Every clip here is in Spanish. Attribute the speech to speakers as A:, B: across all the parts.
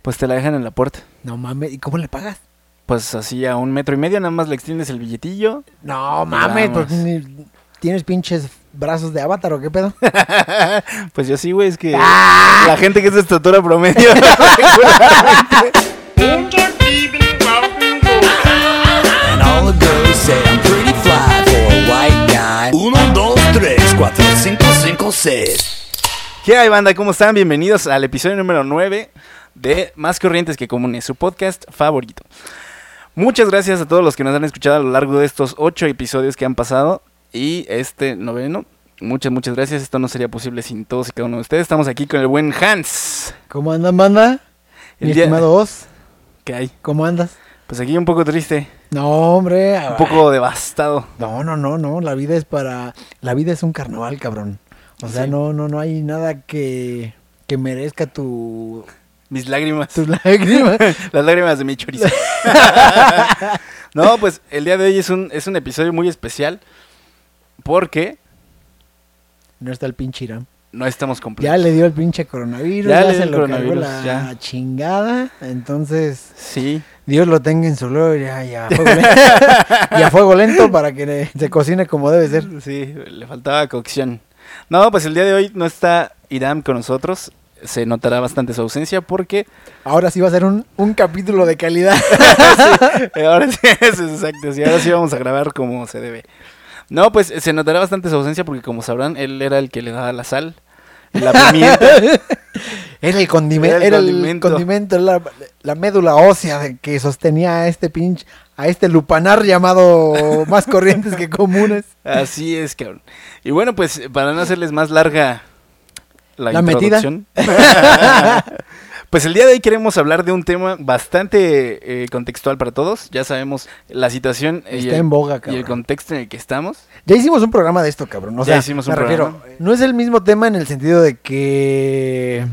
A: Pues te la dejan en la puerta.
B: No mames, ¿y cómo le pagas?
A: Pues así a un metro y medio, nada más le extiendes el billetillo.
B: No
A: Vamos.
B: mames, porque ni- tienes pinches brazos de avatar o qué pedo.
A: Pues yo sí, güey, es que la gente que es de estatura promedio.
C: And all the girls say I'm pretty fly for a white guy. Uno, dos, tres, cuatro, cinco, cinco, seis.
A: ¿Qué hay, banda? ¿Cómo están? Bienvenidos al episodio número 9 de Más Corrientes que Comunes, su podcast favorito. Muchas gracias a todos los que nos han escuchado a lo largo de estos 8 episodios que han pasado y este noveno. Muchas, muchas gracias. Esto no sería posible sin todos y cada uno de ustedes. Estamos aquí con el buen Hans.
B: ¿Cómo andan, banda?
A: El
B: Mi
A: día-
B: estimado Oz,
A: ¿Qué hay?
B: ¿cómo andas?
A: Pues aquí un poco triste,
B: No, hombre.
A: un poco devastado.
B: No, no, no, no. La vida es para. La vida es un carnaval, cabrón. O sea,
A: Sí.
B: no, no, no hay nada que, que merezca tu,
A: Mis lágrimas.
B: tus lágrimas.
A: Las lágrimas de mi chorizo. no, pues el día de hoy es un, es un episodio muy especial porque
B: No está el pinche Irán.
A: no estamos
B: Ya
A: completos.
B: le dio el pinche coronavirus,
A: Ya
B: ya,
A: le dio
B: se
A: el
B: lo cargó
A: coronavirus,
B: la
A: ya.
B: chingada. Entonces,
A: Sí,
B: Dios lo tenga en su gloria y a fuego lento, y a fuego lento para que le- se cocine como debe ser.
A: sí, le faltaba cocción. No, pues el día de hoy no está Irán con nosotros. Se notará bastante su ausencia porque
B: Ahora sí va a ser un, un capítulo de calidad.
A: Eh, ahora sí, eso es exacto. Sí, ahora sí vamos a grabar como se debe. No, pues se notará bastante su ausencia porque como sabrán, él era el que le daba la sal, la pimienta.
B: Era el, condime-
A: Era el
B: era el
A: condimento.
B: condimento, la, la médula ósea de que sostenía a este pinche, a este lupanar llamado más corrientes que comunes.
A: Así es, cabrón. Y bueno, pues para no hacerles más larga la,
B: La metida.
A: introducción. pues el día de hoy queremos hablar de un tema bastante eh, contextual para todos. Ya sabemos la situación y
B: Está
A: el-
B: en
A: y
B: boga,
A: el
B: cabrón.
A: contexto en el que estamos.
B: Ya hicimos un programa de esto, cabrón. O
A: Ya
B: sea,
A: hicimos un
B: me refiero,
A: programa. Eh.
B: no es el mismo tema en el sentido de que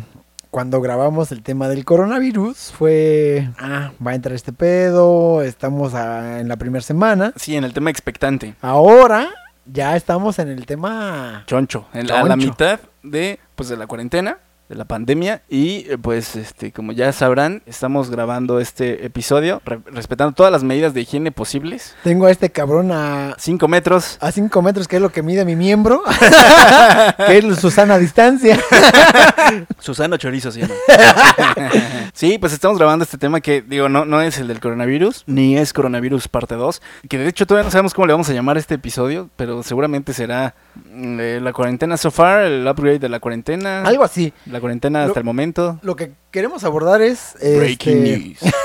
B: cuando grabamos el tema del coronavirus fue, ah, va a entrar este pedo, estamos a- en la primera semana.
A: Sí, en el tema expectante.
B: Ahora ya estamos en el tema
A: Choncho. En la, a la
B: Choncho.
A: mitad de, pues, de la cuarentena, de la pandemia. Y eh, pues, este, como ya sabrán, estamos grabando este episodio re- respetando todas las medidas de higiene posibles.
B: tengo a este cabrón a,
A: 5 metros.
B: a 5 metros, que es lo que mide mi miembro, que es Susana Distancia.
A: Susano Chorizo se llama. sí, pues estamos grabando este tema que, digo, no, no es el del coronavirus, ni es coronavirus parte 2, que de hecho todavía no sabemos cómo le vamos a llamar a este episodio, pero seguramente será mm, eh, la cuarentena so far, el upgrade de la cuarentena,
B: Algo así.
A: la cuarentena hasta
B: Lo-
A: el momento.
B: Lo que queremos abordar es...
C: Breaking
B: este,
C: news.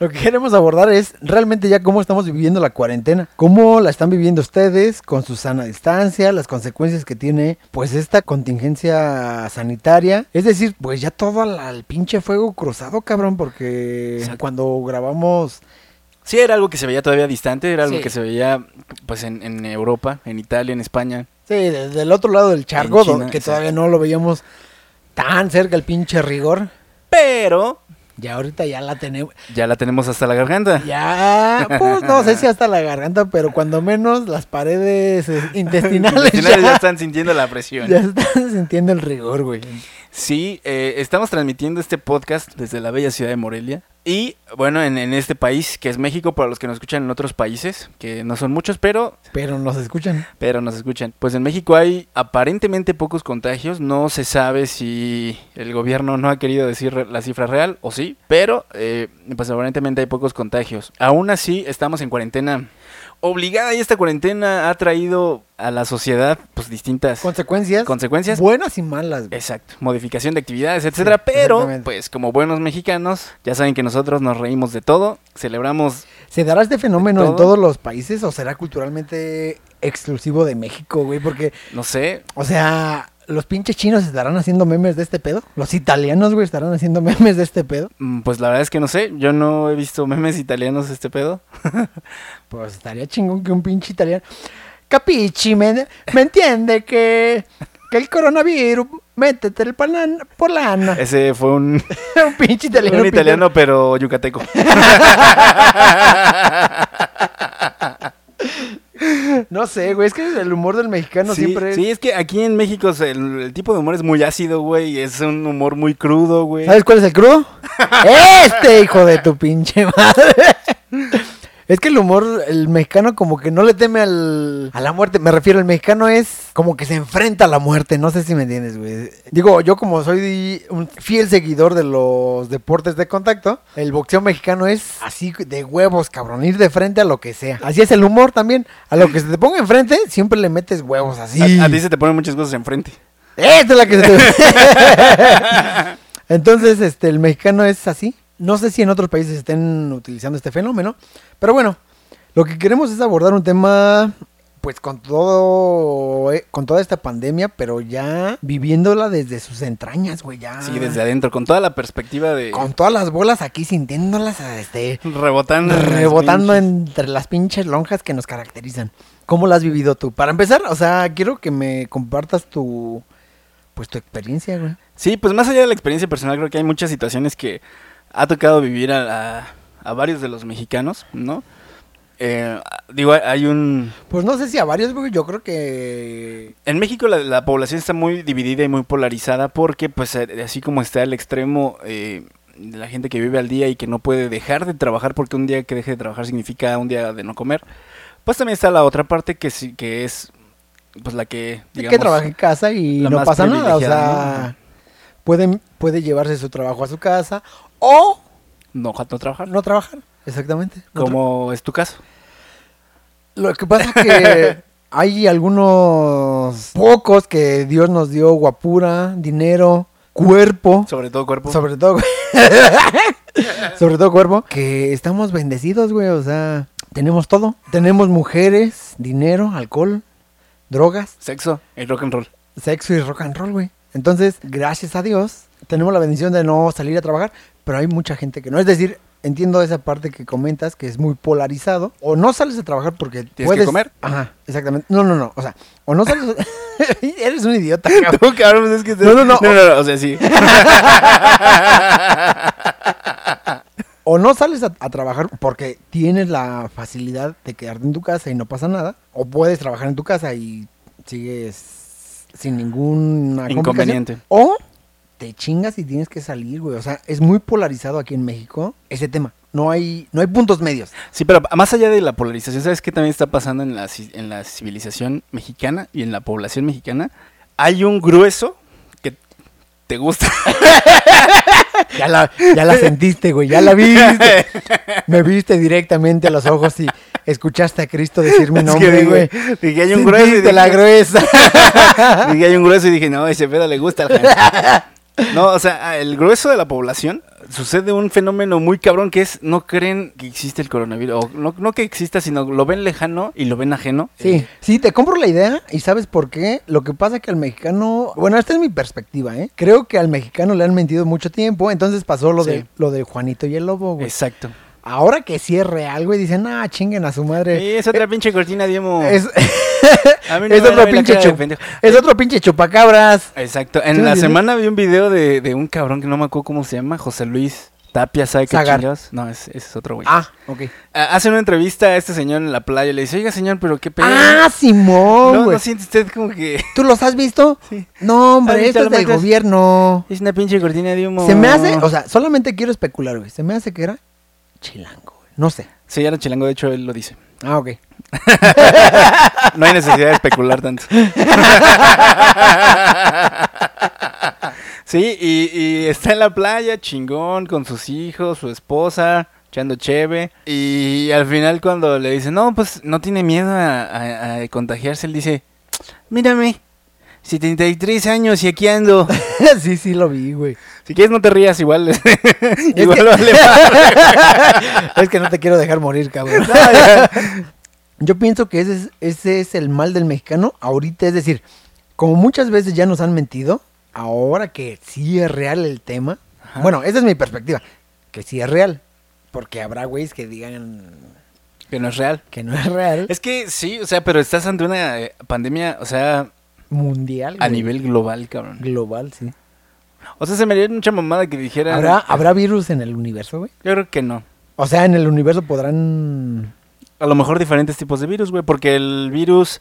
B: Lo que queremos abordar es realmente ya cómo estamos viviendo la cuarentena, cómo la están viviendo ustedes con su sana distancia, las consecuencias que tiene pues esta contingencia sanitaria, es decir, pues ya todo al, al pinche fuego cruzado, cabrón, porque
A: Exacto.
B: cuando grabamos
A: Sí, era algo que se veía todavía distante, era algo
B: Sí.
A: que se veía pues en, en Europa, en Italia, en España.
B: sí, de- del otro lado del charco,
A: En China,
B: donde- que
A: exacto.
B: todavía no lo veíamos tan cerca el pinche rigor,
A: Pero
B: ya ahorita ya la tenemos,
A: ya la tenemos hasta la garganta.
B: ya, pues no sé si hasta la garganta, pero cuando menos las paredes eh, intestinales,
A: Al final ya están sintiendo la presión.
B: Ya están sintiendo el rigor, güey.
A: Sí, eh, estamos transmitiendo este podcast desde la bella ciudad de Morelia. Y bueno, en, en este país, que es México, para los que nos escuchan en otros países, que no son muchos, pero,
B: Pero nos escuchan.
A: pero nos escuchan. Pues en México hay aparentemente pocos contagios. No se sabe si el gobierno no ha querido decir re- la cifra real o sí, pero eh, pues aparentemente hay pocos contagios. Aún así, estamos en cuarentena obligada y esta cuarentena ha traído a la sociedad pues distintas
B: Consecuencias.
A: consecuencias.
B: Buenas y malas, güey.
A: Exacto, modificación de actividades, etcétera, pero
B: exactamente.
A: pues como buenos mexicanos, ya saben que nosotros nos reímos de todo, celebramos,
B: ¿Se dará este fenómeno
A: ¿De
B: en
A: todo?
B: todos los países o será culturalmente exclusivo de México, güey? Porque,
A: no sé,
B: o sea, los pinches chinos estarán haciendo memes de este pedo. Los italianos, güey, estarán haciendo memes de este pedo.
A: mm, pues la verdad es que no sé, yo no he visto memes italianos este pedo.
B: Pues estaría chingón que un pinche italiano. Capichi, me, me entiende que, que el coronavirus, métete el palan, por lana.
A: Ese fue un,
B: un pinche italiano.
A: un italiano pero yucateco.
B: No sé, güey, es que el humor del mexicano
A: sí,
B: siempre es...
A: sí, es que aquí en México o sea, el, el tipo de humor es muy ácido, güey. Es un humor muy crudo, güey.
B: ¿Sabes cuál es el crudo? este hijo de tu pinche madre. Es que el humor, el mexicano como que no le teme al, a la muerte. Me refiero, el mexicano es como que se enfrenta a la muerte. No sé si me entiendes, güey. Digo, yo como soy un fiel seguidor de los deportes de contacto, el boxeo mexicano es así de huevos, cabrón. Ir de frente a lo que sea. Así es el humor también. A lo que se te ponga enfrente, siempre le metes huevos así.
A: A, a ti se te ponen muchas cosas enfrente.
B: Esta es la que se te- Entonces, este, el mexicano es así. No sé si en otros países estén utilizando este fenómeno, pero bueno, lo que queremos es abordar un tema, pues con todo, eh, con toda esta pandemia, pero ya viviéndola desde sus entrañas, güey, ya.
A: Sí, desde adentro, con toda la perspectiva de
B: Ah. Con todas las bolas aquí sintiéndolas, este,
A: rebotando. en las
B: rebotando
A: pinches-
B: entre las pinches lonjas que nos caracterizan. ¿Cómo la has vivido tú? Para empezar, o sea, quiero que me compartas tu pues tu experiencia, güey.
A: Sí, pues más allá de la experiencia personal, creo que hay muchas situaciones que ha tocado vivir a, a- a varios de los mexicanos, ¿no? Eh, digo, hay- hay un...
B: Pues no sé si a varios, güey, yo creo que
A: En México la, la población está muy dividida y muy polarizada porque, pues, eh, así como está el extremo eh, de la gente que vive al día y que no puede dejar de trabajar porque un día que deje de trabajar significa un día de no comer, pues también está la otra parte que sí que es, pues, la que,
B: de
A: digamos...
B: que trabaja en casa y
A: la
B: no
A: más
B: pasa nada, o
A: privilegiada,
B: sea, pueden puede llevarse su trabajo a su casa o
A: No, no trabajar,
B: no trabajar, exactamente. no
A: como es tu caso.
B: Lo que pasa que hay algunos pocos que Dios nos dio guapura, dinero, cuerpo,
A: Sobre todo cuerpo.
B: sobre todo sobre todo cuerpo, que estamos bendecidos, güey, o sea, tenemos todo, tenemos mujeres, dinero, alcohol, drogas,
A: Sexo y rock and roll.
B: sexo y rock and roll, güey. Entonces, gracias a Dios, tenemos la bendición de no salir a trabajar, pero hay mucha gente que no, es decir, entiendo esa parte que comentas que es muy polarizado o no sales a trabajar porque
A: que
B: puedes
A: comer.
B: Ajá, exactamente. No, no, no, o sea, o no sales Eres un idiota. cabrón.
A: No, cabrón, es que...
B: No, no, no.
A: No, no, no, o sea, sí.
B: O no sales a, a trabajar porque tienes la facilidad de quedarte en tu casa y no pasa nada. O puedes trabajar en tu casa y sigues sin ninguna complicación.
A: Inconveniente.
B: O te chingas y tienes que salir, güey. O sea, es muy polarizado aquí en México ese tema. No hay, no hay puntos medios.
A: Sí, pero más allá de la polarización, ¿sabes qué también está pasando en la, ci- en la civilización mexicana y en la población mexicana? Hay un grueso que te gusta.
B: Ya la, ya la sentiste, güey. Ya la viste. Me viste directamente a los ojos y escuchaste a Cristo decir mi
A: Es
B: nombre,
A: que,
B: güey.
A: dije, dije, hay un grueso y
B: Sentiste
A: dije,
B: la gruesa.
A: dije, hay un grueso y dije, no, ese pedo le gusta al gente". No, o sea, ah, el grueso de la población sucede un fenómeno muy cabrón que es no creen que existe el coronavirus. O no, no que exista, sino lo ven lejano y lo ven ajeno.
B: Sí, Eh, sí, te compro la idea y sabes por qué. Lo que pasa que al mexicano, bueno, esta es mi perspectiva, ¿eh? Creo que al mexicano le han mentido mucho tiempo, entonces pasó lo, de,
A: Sí.
B: lo de Juanito y el Lobo, güey.
A: Exacto.
B: Ahora que sí es real, güey, dicen, ah, chinguen a su madre.
A: Y es otra pinche cortina, Diemo.
B: Eh, Es,
A: A mí no
B: es
A: me
B: otro
A: ve la
B: pinche
A: cara de
B: chup-
A: pendejo.
B: es otro pinche chupacabras.
A: Exacto.
B: ¿Sí
A: En
B: me
A: la
B: entiendes?
A: semana vi un video de, de un cabrón que no me acuerdo cómo se llama, José Luis Tapia, ¿sabe qué
B: Zagar.
A: chingados? No, es- ese es otro güey.
B: Ah, ok.
A: A- Hace una entrevista a este señor en la playa y le dice, oiga señor, pero qué pedo.
B: Ah, Simón,
A: no,
B: güey.
A: no siente usted como que
B: ¿Tú los has visto?
A: Sí.
B: No,
A: ¿Has
B: hombre,
A: visto
B: esto es
A: la
B: del
A: maestra?
B: gobierno.
A: es una pinche cortina de humo.
B: Se me hace, o sea, solamente quiero especular, güey. Se me hace que era chilango, güey. No sé.
A: Sí, era chilango, de hecho él lo dice.
B: Ah, ok.
A: No hay necesidad de especular tanto. Sí, y, y está en la playa, chingón, con sus hijos, su esposa, echando cheve. Y al final cuando le dicen, no, pues no tiene miedo a, a- a contagiarse, él dice, mírame, 73 años y aquí ando.
B: sí, sí, lo vi, güey.
A: Si quieres no te rías, igual, igual
B: que-
A: vale madre.
B: es que no te quiero dejar morir, cabrón. Yo pienso que ese es, ese es el mal del mexicano ahorita. Es decir, como muchas veces ya nos han mentido, ahora que sí es real el tema.
A: Ajá.
B: Bueno, esa es mi perspectiva. Que sí es real. Porque habrá güeyes que digan
A: Que no es real.
B: que no es real.
A: Es que sí, o sea, pero estás ante una eh, pandemia, o sea,
B: mundial.
A: a
B: güey.
A: nivel global, cabrón.
B: global, sí.
A: O sea, se me dio mucha mamada que dijera.
B: ¿Habrá, ¿Habrá virus en el universo, güey?
A: Yo creo que no.
B: O sea, en el universo podrán
A: a lo mejor diferentes tipos de virus, güey, porque el virus,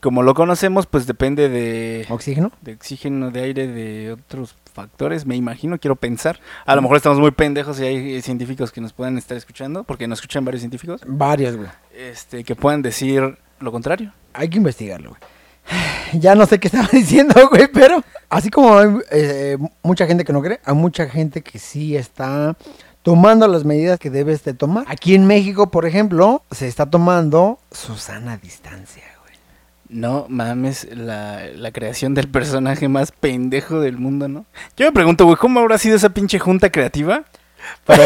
A: como lo conocemos, pues depende de,
B: ¿Oxígeno?
A: de oxígeno, de aire, de otros factores, me imagino, quiero pensar. A lo mejor estamos muy pendejos y hay eh, científicos que nos pueden estar escuchando, porque nos escuchan varios científicos,
B: Varios, güey.
A: este, que puedan decir lo contrario.
B: Hay que investigarlo, güey. Ya no sé qué estaba diciendo, güey, pero así como hay eh, mucha gente que no cree, hay mucha gente que sí está tomando las medidas que debes de tomar. Aquí en México, por ejemplo, se está tomando Susana distancia, güey.
A: No mames, la, la creación del personaje más pendejo del mundo, ¿no? Yo me pregunto, güey, ¿cómo habrá sido esa pinche junta creativa? Para,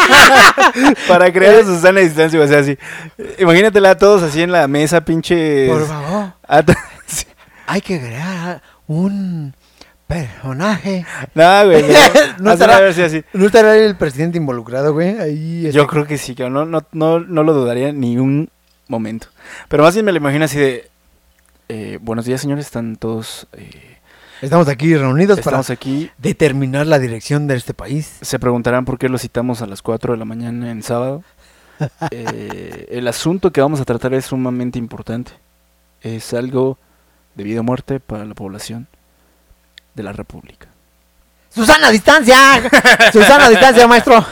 A: para crear a Susana a distancia, o sea, así. eh, Imagínatela a todos así en la mesa, pinche. Ah,
B: Por favor, hay que crear un personaje.
A: No, güey. No,
B: No
A: Hazla
B: estará-
A: verse así.
B: ¿No estará el presidente involucrado, güey? Ahí
A: Yo
B: este,
A: creo que sí, que no, no, no, no lo dudaría ni un momento. Pero más bien me lo imagino así de. eh, buenos días, señores, están todos. eh,
B: Estamos aquí reunidos
A: estamos
B: para
A: aquí.
B: determinar la dirección de este país.
A: Se preguntarán por qué lo citamos a las 4 de la mañana en sábado. Eh, el asunto que vamos a tratar es sumamente importante. Es algo de vida o muerte para la población de la República.
B: Susana distancia. Susana distancia, maestro.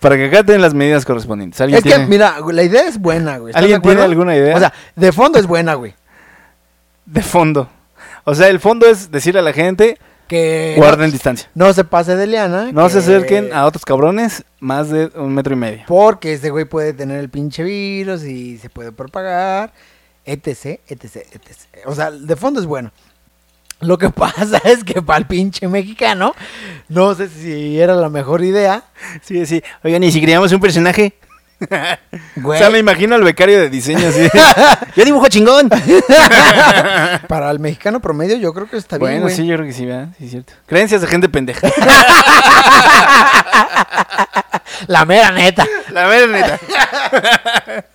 A: Para que acaten las medidas correspondientes. ¿Alguien
B: es que,
A: tiene,
B: mira, güey, la idea es buena, güey. ¿Estás
A: ¿alguien
B: de
A: tiene
B: acuerdo?
A: alguna idea?
B: O sea, de fondo es buena, güey.
A: de fondo. O sea, el fondo es decirle a la gente,
B: Que
A: guarden distancia.
B: no se pase de Liana.
A: No se
B: que-
A: acerquen a otros cabrones más de un metro y medio.
B: Porque ese güey puede tener el pinche virus y se puede propagar. Etc, etc, etc. O sea, de fondo es bueno. Lo que pasa es que para el pinche mexicano, no sé si era la mejor idea.
A: Sí, sí. Oigan, ¿y si creamos un personaje?
B: Güey,
A: O sea, me imagino al becario de diseño así. de, Yo dibujo chingón.
B: para el mexicano promedio, yo creo que está bien.
A: bueno,
B: güey.
A: sí, yo creo que sí, ¿verdad? Sí, es cierto. Creencias de gente pendeja.
B: La mera neta.
A: La verdad, neta.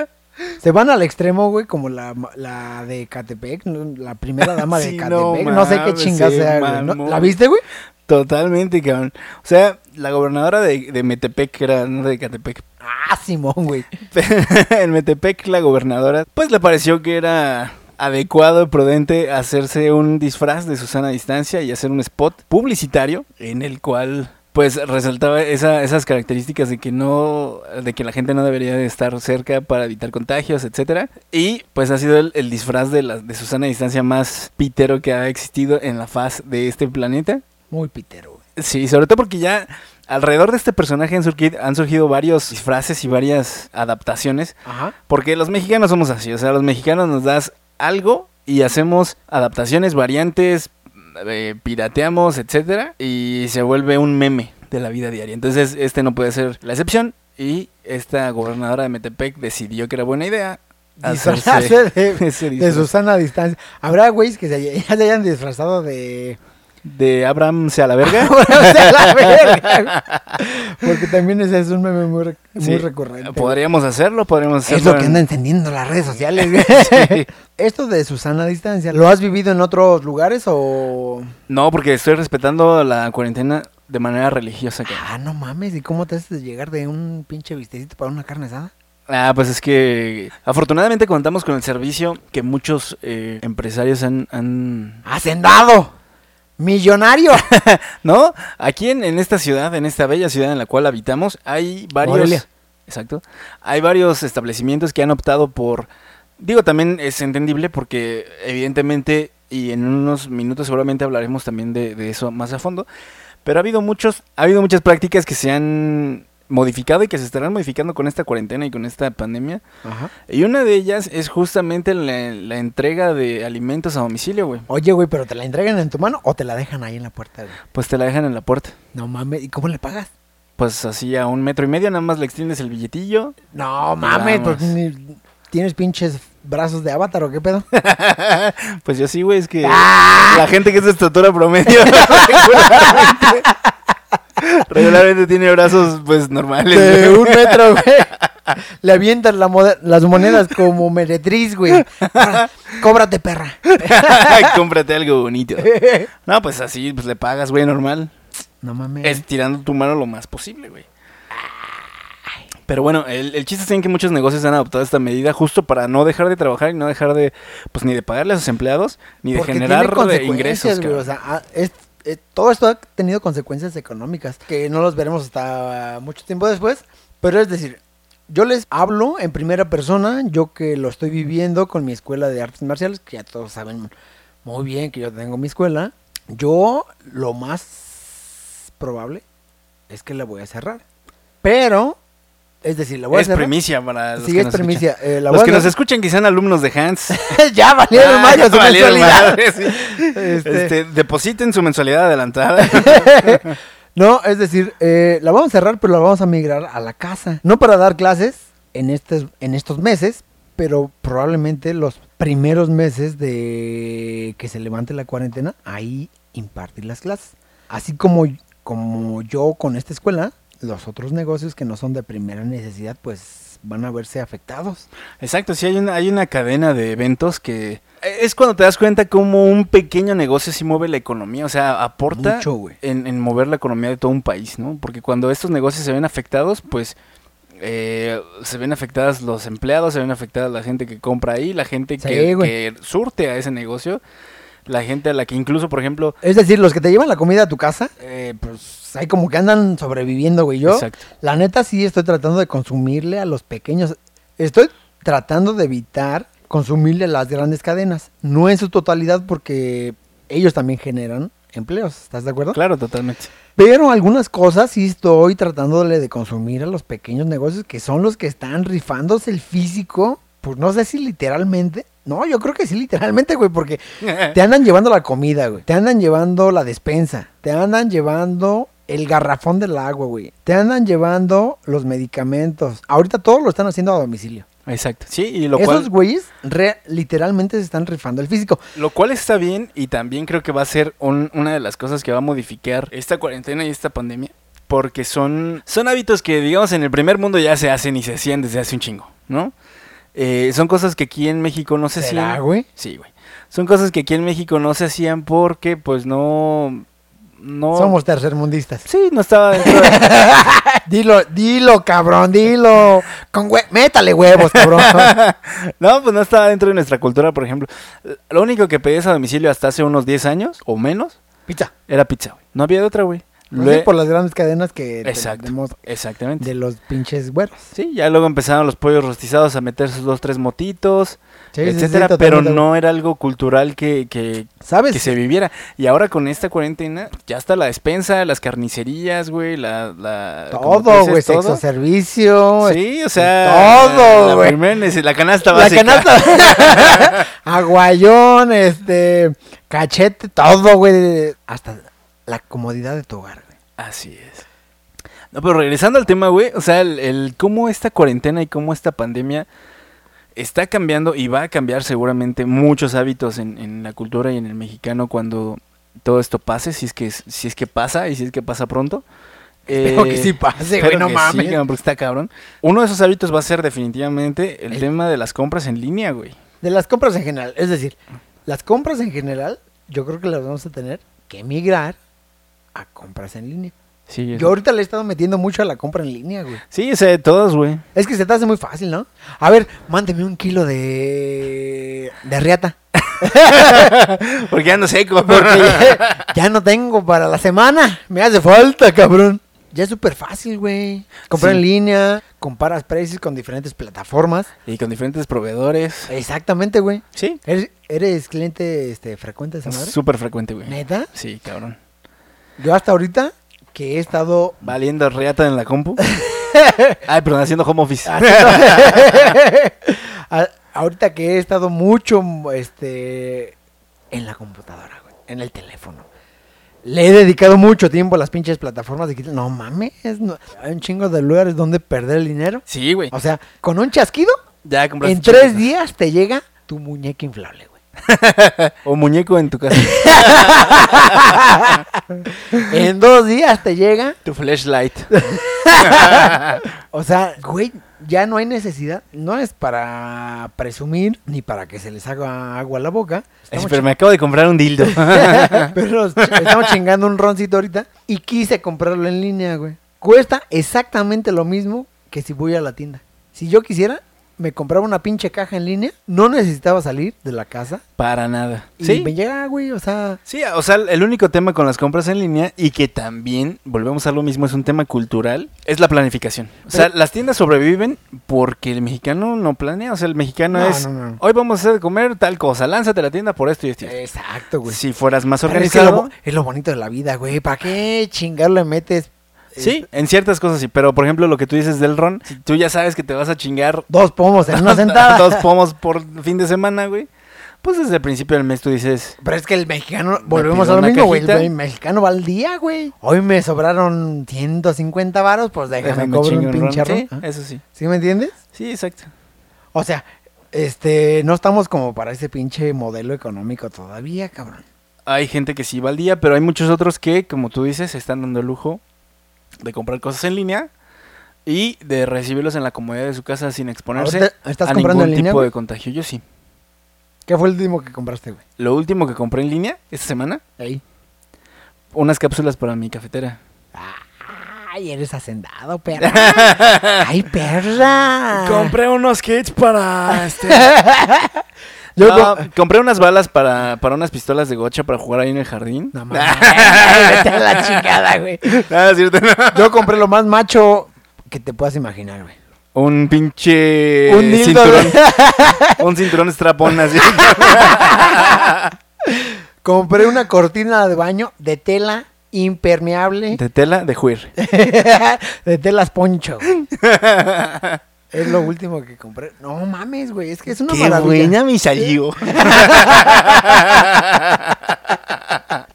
B: Se van al extremo, güey, como la, la de Catepec, ¿no? la primera dama de
A: Sí,
B: Catepec.
A: no
B: No, sé qué
A: mames,
B: chingada
A: sí,
B: sea, güey. ¿no?
A: mamón.
B: ¿La viste, güey?
A: Totalmente, cabrón. O sea, la gobernadora de, de Metepec, que era, no de Catepec.
B: Ah, Simón, güey.
A: en Metepec, la gobernadora, pues le pareció que era adecuado, prudente hacerse un disfraz de Susana a distancia y hacer un spot publicitario en el cual pues resaltaba esa- esas características de que no de que la gente no debería de estar cerca para evitar contagios, etcétera. Y pues ha sido el, el disfraz de la de Susana a distancia más pitero que ha existido en la faz de este planeta.
B: Muy pitero, güey.
A: Sí, sobre todo porque ya alrededor de este personaje han surgi- han surgido varios disfraces y varias adaptaciones.
B: Ajá.
A: Porque los mexicanos somos así, o sea, los mexicanos nos das algo y hacemos adaptaciones, variantes, eh, pirateamos, etcétera, y se vuelve un meme de la vida diaria. Entonces, este no puede ser la excepción y esta gobernadora de Metepec decidió que era buena idea hacerse
B: Disfrazarse de,
A: ese
B: de
A: disfraz
B: Susana a distancia. Habrá güeyes que se, haya- ya se hayan disfrazado de.
A: de Abraham a la verga.
B: O sea, la verga, güey. Porque también ese es un meme muy, re- muy
A: Sí,
B: recurrente.
A: Podríamos hacerlo, podríamos hacerlo.
B: Es lo que
A: en-
B: anda encendiendo las redes sociales, güey.
A: Sí.
B: Esto de Susana a distancia, ¿lo has vivido en otros lugares o.?
A: No, porque estoy respetando la cuarentena de manera religiosa. cabrón.
B: Ah, no mames, ¿y cómo te haces de llegar de un pinche vistecito para una carne asada?
A: Ah, pues es que afortunadamente contamos con el servicio que muchos eh, empresarios han, han-
B: ¡Hacendado! ¡Millonario!
A: ¿No? Aquí en, en esta ciudad, en esta bella ciudad en la cual habitamos, hay varios...
B: Morelia.
A: Exacto. Hay varios establecimientos que han optado por... Digo, también es entendible porque evidentemente, y en unos minutos seguramente hablaremos también de, de eso más a fondo, pero ha habido muchos, ha habido muchas prácticas que se han modificado y que se estarán modificando con esta cuarentena y con esta pandemia.
B: Ajá.
A: Y una de ellas es justamente la, la entrega de alimentos a domicilio, güey.
B: Oye, güey, ¿pero te la entregan en tu mano o te la dejan ahí en la puerta, güey?
A: Pues te la dejan en la puerta.
B: No mames, ¿y cómo le pagas?
A: Pues así a un metro y medio, nada más le extiendes el billetillo.
B: No mames,
A: Vamos.
B: pues ni- ¿tienes pinches brazos de avatar o qué pedo?
A: pues yo sí, güey, es que
B: ¡Ah!
A: la gente que es de estatura promedio regularmente, regularmente tiene brazos pues normales.
B: De
A: güey.
B: un metro, güey. Le avientas la moda- las monedas como meretriz, güey. Ah, Cóbrate, perra.
A: Cómprate algo bonito. No, pues así, pues le pagas, güey, normal.
B: No mames.
A: Estirando tu mano lo más posible, güey. Pero bueno, el, el chiste es en que muchos negocios han adoptado esta medida justo para no dejar de trabajar y no dejar de, pues ni de pagarle a sus empleados, ni de
B: Porque tiene
A: generar eh, ingresos.
B: consecuencias, güey,
A: cabrón.
B: o sea, ah, es- eh, todo esto ha tenido consecuencias económicas que no los veremos hasta mucho tiempo después. Pero es decir, yo les hablo en primera persona, yo que lo estoy viviendo con mi escuela de artes marciales, que ya todos saben muy bien que yo tengo mi escuela. Yo lo más probable es que la voy a cerrar. Pero, es decir, la voy a
A: es
B: cerrar.
A: premicia para los
B: Sí,
A: que
B: es
A: nos
B: primicia,
A: escuchan.
B: eh, la
A: los
B: voy a
A: que nos
B: hacer-
A: escuchan que sean alumnos de Hans.
B: ya valieron
A: Ah,
B: más
A: ya
B: su
A: valieron
B: mensualidad.
A: madre, sí.
B: Este-
A: Este, depositen su mensualidad adelantada.
B: No, es decir, eh, la vamos a cerrar, pero la vamos a migrar a la casa. No para dar clases en, estes- en estos meses, pero probablemente los primeros meses de que se levante la cuarentena, ahí impartir las clases. Así como, como yo con esta escuela, los otros negocios que no son de primera necesidad, pues van a verse afectados.
A: Exacto, sí, hay una, hay una cadena de eventos que... eh, Es cuando te das cuenta cómo un pequeño negocio sí mueve la economía, o sea, aporta
B: Mucho, güey.
A: en, en mover la economía de todo un país, ¿no? Porque cuando estos negocios se ven afectados, pues eh, se ven afectadas los empleados, se ven afectadas la gente que compra ahí, la gente
B: Sí,
A: que,
B: güey.
A: que surte a ese negocio, la gente a la que incluso, por ejemplo...
B: Es decir, los que te llevan la comida a tu casa,
A: eh, pues,
B: hay como que andan sobreviviendo, güey. Yo,
A: Exacto.
B: la neta, sí estoy tratando de consumirle a los pequeños. Estoy tratando de evitar consumirle a las grandes cadenas. No en su totalidad, porque ellos también generan empleos. ¿Estás de acuerdo?
A: claro, totalmente.
B: Pero algunas cosas sí estoy tratándole de consumir a los pequeños negocios que son los que están rifándose el físico. Pues no sé si literalmente. No, yo creo que sí, literalmente, güey, porque te andan llevando la comida, güey. Te andan llevando la despensa. Te andan llevando el garrafón del agua, güey. Te andan llevando los medicamentos. Ahorita todo lo están haciendo a domicilio.
A: Exacto, sí, y lo cual...
B: Esos güeyes re- literalmente se están rifando el físico.
A: Lo cual está bien y también creo que va a ser un- una de las cosas que va a modificar esta cuarentena y esta pandemia. Porque son, son hábitos que, digamos, en el primer mundo ya se hacen y se hacían desde hace un chingo, ¿no? Eh, son cosas que aquí en México no se
B: ¿Será,
A: hacían.
B: güey?
A: Sí, güey. Son cosas que aquí en México no se hacían porque, pues, no... no
B: Somos tercermundistas.
A: Sí, no estaba dentro de-
B: Dilo, dilo, cabrón, dilo. Con hue- Métale huevos, cabrón.
A: no, pues no estaba dentro de nuestra cultura, por ejemplo. Lo único que pedías a domicilio hasta hace unos 10 años o menos
B: Pizza.
A: era pizza, güey. No había de otra, güey.
B: No
A: Lue-
B: sé por las grandes cadenas que
A: Exacto,
B: tenemos
A: exactamente.
B: de los pinches güeros.
A: Sí, ya luego empezaron los pollos rostizados a meter sus dos, tres motitos,
B: Sí, sí, sí,
A: etcétera,
B: totalmente, Pues
A: pero
B: güey.
A: no era algo cultural que, que,
B: ¿Sabes?
A: que se viviera. Y ahora con esta cuarentena, ya está la despensa, las carnicerías, güey, la... la como tú
B: Todo,
A: dices,
B: güey,
A: todo.
B: sexo servicio,
A: Sí, o sea...
B: Todo,
A: la
B: güey.
A: primera neces- La canasta
B: La
A: básica.
B: canasta. Aguayón, este, cachete, todo, güey. Hasta la comodidad de tu hogar, güey.
A: Así es. No, pero regresando al tema, güey, o sea, el, el cómo esta cuarentena y cómo esta pandemia está cambiando y va a cambiar seguramente muchos hábitos en, en la cultura y en el mexicano cuando todo esto pase, si es que si es que pasa y si es que pasa pronto.
B: Espero
A: Eh,
B: que sí pase,
A: espero
B: güey, no
A: que sí,
B: mames.
A: cabrón, porque está cabrón. Uno de esos hábitos va a ser definitivamente el,
B: El-
A: tema de las compras en línea, güey.
B: De las compras en general. Es decir, las compras en general, yo creo que las vamos a tener que migrar a compras en línea.
A: Sí, es-
B: Yo ahorita le he estado metiendo mucho a la compra en línea, güey.
A: sí, o sea, de todos, güey.
B: Es que se te hace muy fácil, ¿no? A ver, mándeme un kilo de. de riata.
A: Porque ya no sé cómo.
B: Porque ya, ya no tengo para la semana. Me hace falta, cabrón. Ya es súper fácil, güey. Comprar
A: Sí.
B: en línea, comparas precios con diferentes plataformas.
A: Y con diferentes proveedores.
B: Exactamente, güey.
A: Sí,
B: ¿Eres, eres cliente este, frecuente de esa madre?
A: súper frecuente, güey.
B: ¿Neta?
A: Sí, cabrón.
B: Yo hasta ahorita que he estado...
A: Valiendo riata en la compu. Ay, perdón, haciendo home office.
B: Ah, a- ahorita que he estado mucho este, en la computadora, güey, en el teléfono. Le he dedicado mucho tiempo a las pinches plataformas digitales. No mames, no- hay un chingo de lugares donde perder el dinero.
A: Sí, güey.
B: O sea, con un chasquido,
A: Ya compraste.
B: en tres
A: chicles.
B: días te llega tu muñeca inflable, güey.
A: O muñeco en tu casa.
B: En dos días te llega.
A: tu flashlight.
B: O sea, güey, ya no hay necesidad. No es para presumir ni para que se les haga agua a la boca.
A: Ay,
B: Estamos
A: pero me acabo de comprar un dildo.
B: Pero nos ch- estamos chingando un roncito ahorita. Y quise comprarlo en línea, güey. Cuesta exactamente lo mismo que si voy a la tienda. Si yo quisiera, me compraba una pinche caja en línea, no necesitaba salir de la casa.
A: Para nada.
B: Y me llega, güey, o sea,
A: Sí, o sea, el único tema con las compras en línea y que también, volvemos a lo mismo, es un tema cultural, es la planificación. O sea,
B: Pero-
A: las tiendas sobreviven porque el mexicano no planea, o sea, el mexicano
B: No,
A: es,
B: no, no.
A: hoy vamos a hacer de comer tal cosa, lánzate a la tienda por esto y esto. y esto".
B: exacto, güey.
A: si fueras más
B: Eh, Pero es, que lo,
A: organizado,
B: bo- es lo bonito de la vida, güey. ¿Para qué chingar le metes?
A: sí,
B: eh,
A: en ciertas cosas sí, pero por ejemplo lo que tú dices del ron, si tú ya sabes que te vas a chingar
B: Dos pomos en una sentada.
A: dos pomos por fin de semana, güey, pues desde el principio del mes tú dices,
B: Pero es que el mexicano, volvemos
A: pido
B: a lo
A: una
B: mismo, güey.
A: cajita.
B: El mexicano va al día, güey. Hoy me sobraron 150 varos, pues déjame,
A: déjame
B: cobrar
A: chingar
B: un
A: un ron.
B: pinche ron.
A: Sí,
B: ¿Ah?
A: eso sí,
B: ¿Sí me entiendes?
A: sí, exacto.
B: O sea, este, no estamos como para ese pinche modelo económico todavía, cabrón.
A: Hay gente que sí va al día, pero hay muchos otros que, como tú dices, se están dando el lujo de comprar cosas en línea y de recibirlos en la comodidad de su casa sin exponerse
B: Ahorita, ¿estás
A: a
B: comprando
A: ningún
B: en línea,
A: tipo
B: güey?
A: de contagio. Yo sí.
B: ¿Qué fue el último que compraste, güey?
A: Lo último que compré en línea esta semana,
B: Ahí.
A: unas cápsulas para mi cafetera.
B: Ay, eres hacendado, perra. Ay, perra.
A: unos kits para...
B: este, Yo com-
A: compré unas balas para, para unas pistolas de gocha para jugar ahí en el jardín.
B: No mames. Vete a la chingada, güey.
A: Nada, es cierto, no.
B: Yo compré lo más macho que te puedas imaginar, güey.
A: Un pinche
B: Un dildo,
A: cinturón.
B: güey.
A: un cinturón estrapón así.
B: Compré una cortina de baño de tela impermeable.
A: de tela de juir.
B: De, telas poncho. güey. es lo último que compré. No mames, güey. Es que es una maravilla.
A: mis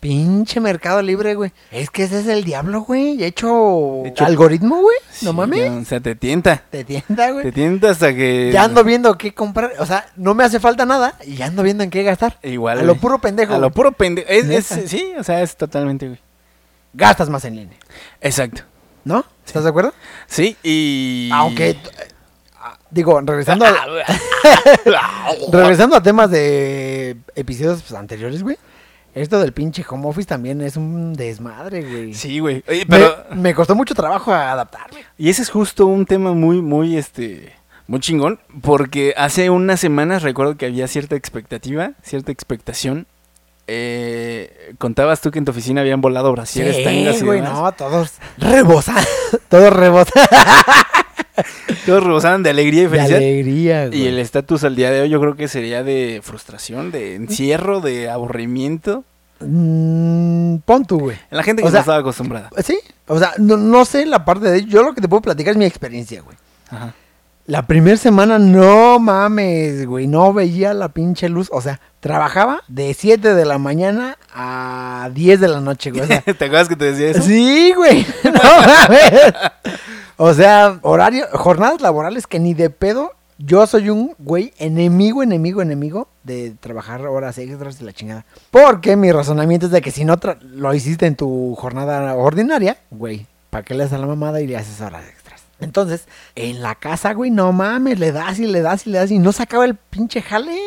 B: Pinche Mercado Libre, güey. Es que ese es el diablo, güey. Hecho,
A: Hecho-
B: algoritmo, güey. no mames.
A: O sea, te tienta.
B: Te tienda,
A: Te
B: güey.
A: tienta hasta que.
B: Ya ando viendo qué comprar. O sea, no me hace falta nada y ya ando viendo en qué gastar.
A: Igual.
B: A lo
A: güey.
B: puro pendejo.
A: A lo
B: güey.
A: puro pendejo. Es, es-
B: Neta.
A: sí, o sea, es totalmente, güey.
B: Gastas más en línea.
A: Exacto.
B: ¿No? ¿Estás de acuerdo?
A: Sí, y.
B: Aunque. t- eh, ah, Digo, regresando a, regresando a temas de episodios pues, anteriores, güey. Esto del pinche home office también es un desmadre, güey.
A: Sí, güey. Oye,
B: Me-
A: Pero.
B: me, costó mucho trabajo adaptarme.
A: Y ese es justo un tema muy, muy, este, muy chingón, porque hace unas semanas recuerdo que había cierta expectativa, cierta expectación. Eh, contabas tú que en tu oficina habían volado brasieres, tangas y
B: güey,
A: demás.
B: no, todos rebosan. todos rebosan.
A: Todos rebosaban de alegría y
B: De
A: felicidad.
B: alegría, güey.
A: y el estatus al día de hoy yo creo que sería de frustración, de encierro, de aburrimiento.
B: Mm, pon tú, güey.
A: En la gente que
B: O sea-
A: no estaba acostumbrada.
B: Sí, o sea, no, no sé la parte de... Yo lo que te puedo platicar es mi experiencia, güey.
A: Ajá.
B: La primera semana, no mames, güey, no veía la pinche luz. O sea, trabajaba de 7 de la mañana a 10 de la noche, güey. O sea,
A: ¿Te acuerdas que te decía eso?
B: sí, güey, no mames. O sea, horario, jornadas laborales que ni de pedo. Yo soy un güey enemigo, enemigo, enemigo de trabajar horas extras de la chingada. Porque mi razonamiento es de que si no tra- lo hiciste en tu jornada ordinaria, güey, ¿para qué le das a la mamada y le haces horas extras? Entonces, en la casa, güey, no mames, le das y le das y le das y no se acaba el pinche jale.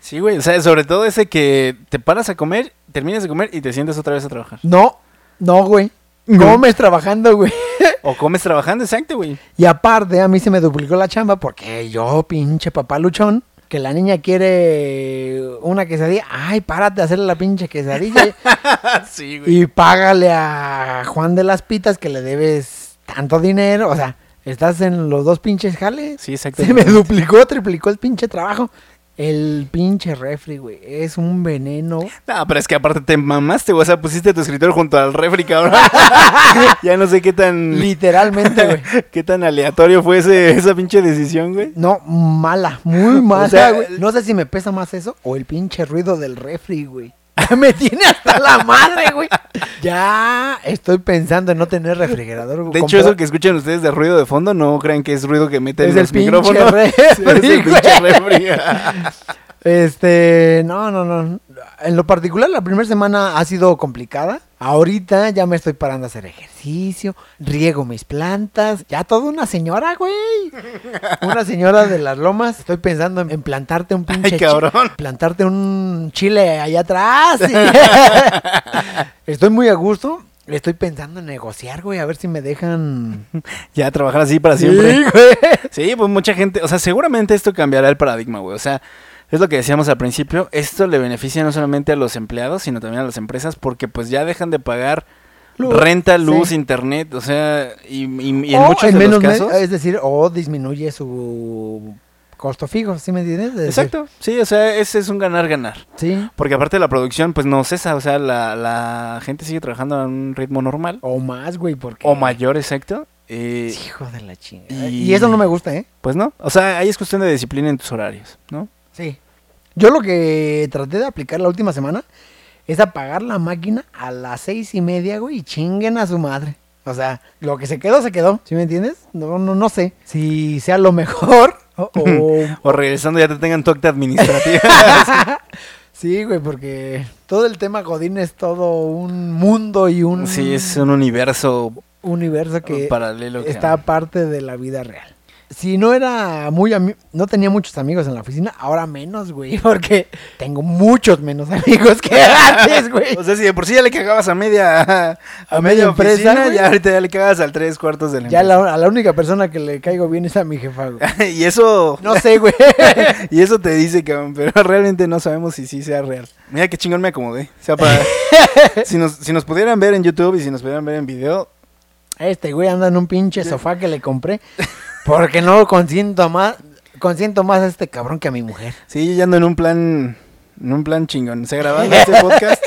A: Sí, güey. O sea, sobre todo ese que te paras a comer, terminas de comer y te sientas otra vez a trabajar.
B: No, no, güey.
A: No.
B: Comes trabajando, güey.
A: O comes trabajando, exacto, güey.
B: Y aparte, a mí se me duplicó la chamba porque yo, pinche papá luchón, que la niña quiere una quesadilla. Ay, párate a hacerle la pinche quesadilla
A: sí, güey.
B: y págale a Juan de las Pitas que le debes tanto dinero. O sea, estás en los dos pinches jales.
A: Sí, exacto.
B: se me duplicó, triplicó el pinche trabajo. El pinche refri, güey, es un veneno.
A: No, pero es que aparte te mamaste, güey. O sea, pusiste tu escritorio junto al refri, cabrón. ya no sé qué tan.
B: Literalmente, güey.
A: qué tan aleatorio fue ese- esa pinche decisión, güey.
B: No, mala, muy mala,
A: sea,
B: güey.
A: el-
B: No sé si me pesa más eso o el pinche ruido del refri, güey. Me tiene hasta la madre, güey. Ya estoy pensando en no tener refrigerador.
A: De hecho, eso que escuchan ustedes de ruido de fondo, no crean que es ruido que meten
B: Es
A: en
B: el
A: los
B: pinche
A: micrófonos.
B: refri,
A: Sí, es el pinche
B: güey.
A: refri.
B: Este, no, no, no. En lo particular, la primera semana ha sido complicada. Ahorita ya me estoy parando a hacer ejercicio, riego mis plantas. Ya toda una señora, güey. Una señora de las lomas. Estoy pensando en, en plantarte un pinche. chi-
A: cabrón.
B: Plantarte un chile allá atrás. estoy muy a gusto. Le estoy pensando en negociar, güey, a ver si me dejan.
A: Ya trabajar así para
B: Sí,
A: siempre.
B: güey.
A: Sí, pues mucha gente, o sea, seguramente esto cambiará el paradigma, güey. O sea, es lo que decíamos al principio, esto le beneficia no solamente a los empleados, sino también a las empresas, porque pues ya dejan de pagar
B: Luz,
A: renta,
B: sí.
A: luz, internet, o sea, y, y- y en
B: O
A: muchos de los
B: menos me- eh,
A: casos...
B: Es decir, o disminuye su costo fijo, ¿sí me entiendes? Es decir,
A: Exacto, sí, o sea, ese es un ganar-ganar.
B: Sí.
A: Porque aparte la producción, pues no cesa, o sea, la, la gente sigue trabajando a un ritmo normal,
B: O más, güey, porque.
A: o mayor, exacto. eh,
B: Hijo de la chingada.
A: Y-
B: Y... eso no me gusta, ¿eh?
A: Pues no, o sea, ahí es cuestión de disciplina en tus horarios, ¿no?
B: Sí. Yo lo que traté de aplicar la última semana es apagar la máquina a las seis y media, güey, y chinguen a su madre. O sea, lo que se quedó, se quedó. ¿Sí me entiendes? No, no, no sé si sea lo mejor o- o
A: O regresando ya te tengan tu acta administrativa.
B: Sí, güey, porque todo el tema Godín es todo un mundo y un
A: Sí, es un universo
B: universo que
A: paralelo. que-
B: está aparte de la vida real. Si no era muy ami- no tenía muchos amigos en la oficina, ahora menos, güey, porque tengo muchos menos amigos que antes, güey.
A: O sea, si de por sí ya le cagabas a media, a, media
B: A media
A: empresa,
B: empresa, güey.
A: ya ahorita ya le cagabas al tres cuartos de la
B: Ya
A: empresa.
B: la- a la única persona que le caigo bien es a mi jefa, güey.
A: y eso...
B: No sé, güey.
A: Y eso te dice, cabrón, pero realmente no sabemos si sí sea real. Mira qué chingón me acomodé. O sea, para... si, nos, si nos pudieran ver en YouTube y si nos pudieran ver en video,
B: Este güey anda en un pinche sofá que le compré porque no consiento más consiento más a este cabrón que a mi mujer.
A: sí, yo ya ando en un plan, en un plan chingón. O sea, grabando este podcast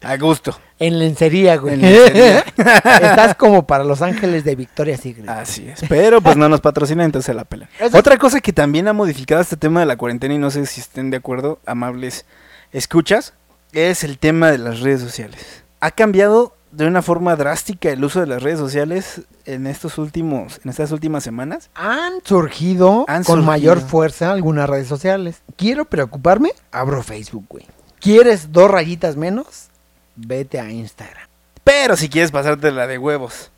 A: a gusto.
B: En lencería, güey.
A: En lencería. Ah,
B: Estás como para Los Ángeles de Victoria Secret.
A: Así es. Pero pues no nos patrocina, entonces se la pelan.
B: Eso-
A: Otra cosa que también ha modificado este tema de la cuarentena, y no sé si estén de acuerdo, amables escuchas, es el tema de las redes sociales. Ha cambiado de una forma drástica el uso de las redes sociales en estos últimos, en estas últimas semanas.
B: Han surgido
A: Han surgido.
B: con mayor fuerza algunas redes sociales. ¿Quiero preocuparme? Abro Facebook, güey. ¿Quieres dos rayitas menos? Vete a Instagram.
A: Pero si quieres pasarte la de huevos.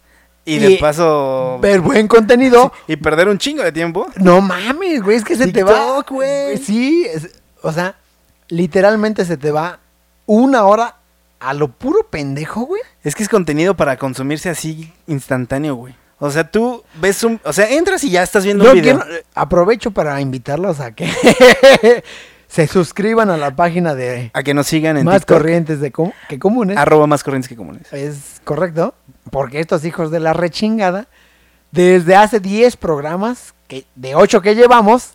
A: Y,
B: Y
A: de paso.
B: Ver buen contenido.
A: Y perder un chingo de tiempo.
B: No mames, güey, es que se te va.
A: TikTok, güey.
B: Sí, es- o sea, literalmente se te va una hora a lo puro pendejo, güey.
A: Es que es contenido para consumirse así instantáneo, güey. O sea, tú ves un. O sea, entras y ya estás viendo
B: Yo
A: un video.
B: quiero- eh, aprovecho para invitarlos a que se suscriban a la página de
A: A que nos sigan en
B: Más
A: TikTok.
B: Corrientes de Com- que Comunes.
A: Arroba más corrientes que comunes.
B: es correcto, porque estos hijos de la rechingada, desde hace 10 programas, que, de 8 que llevamos,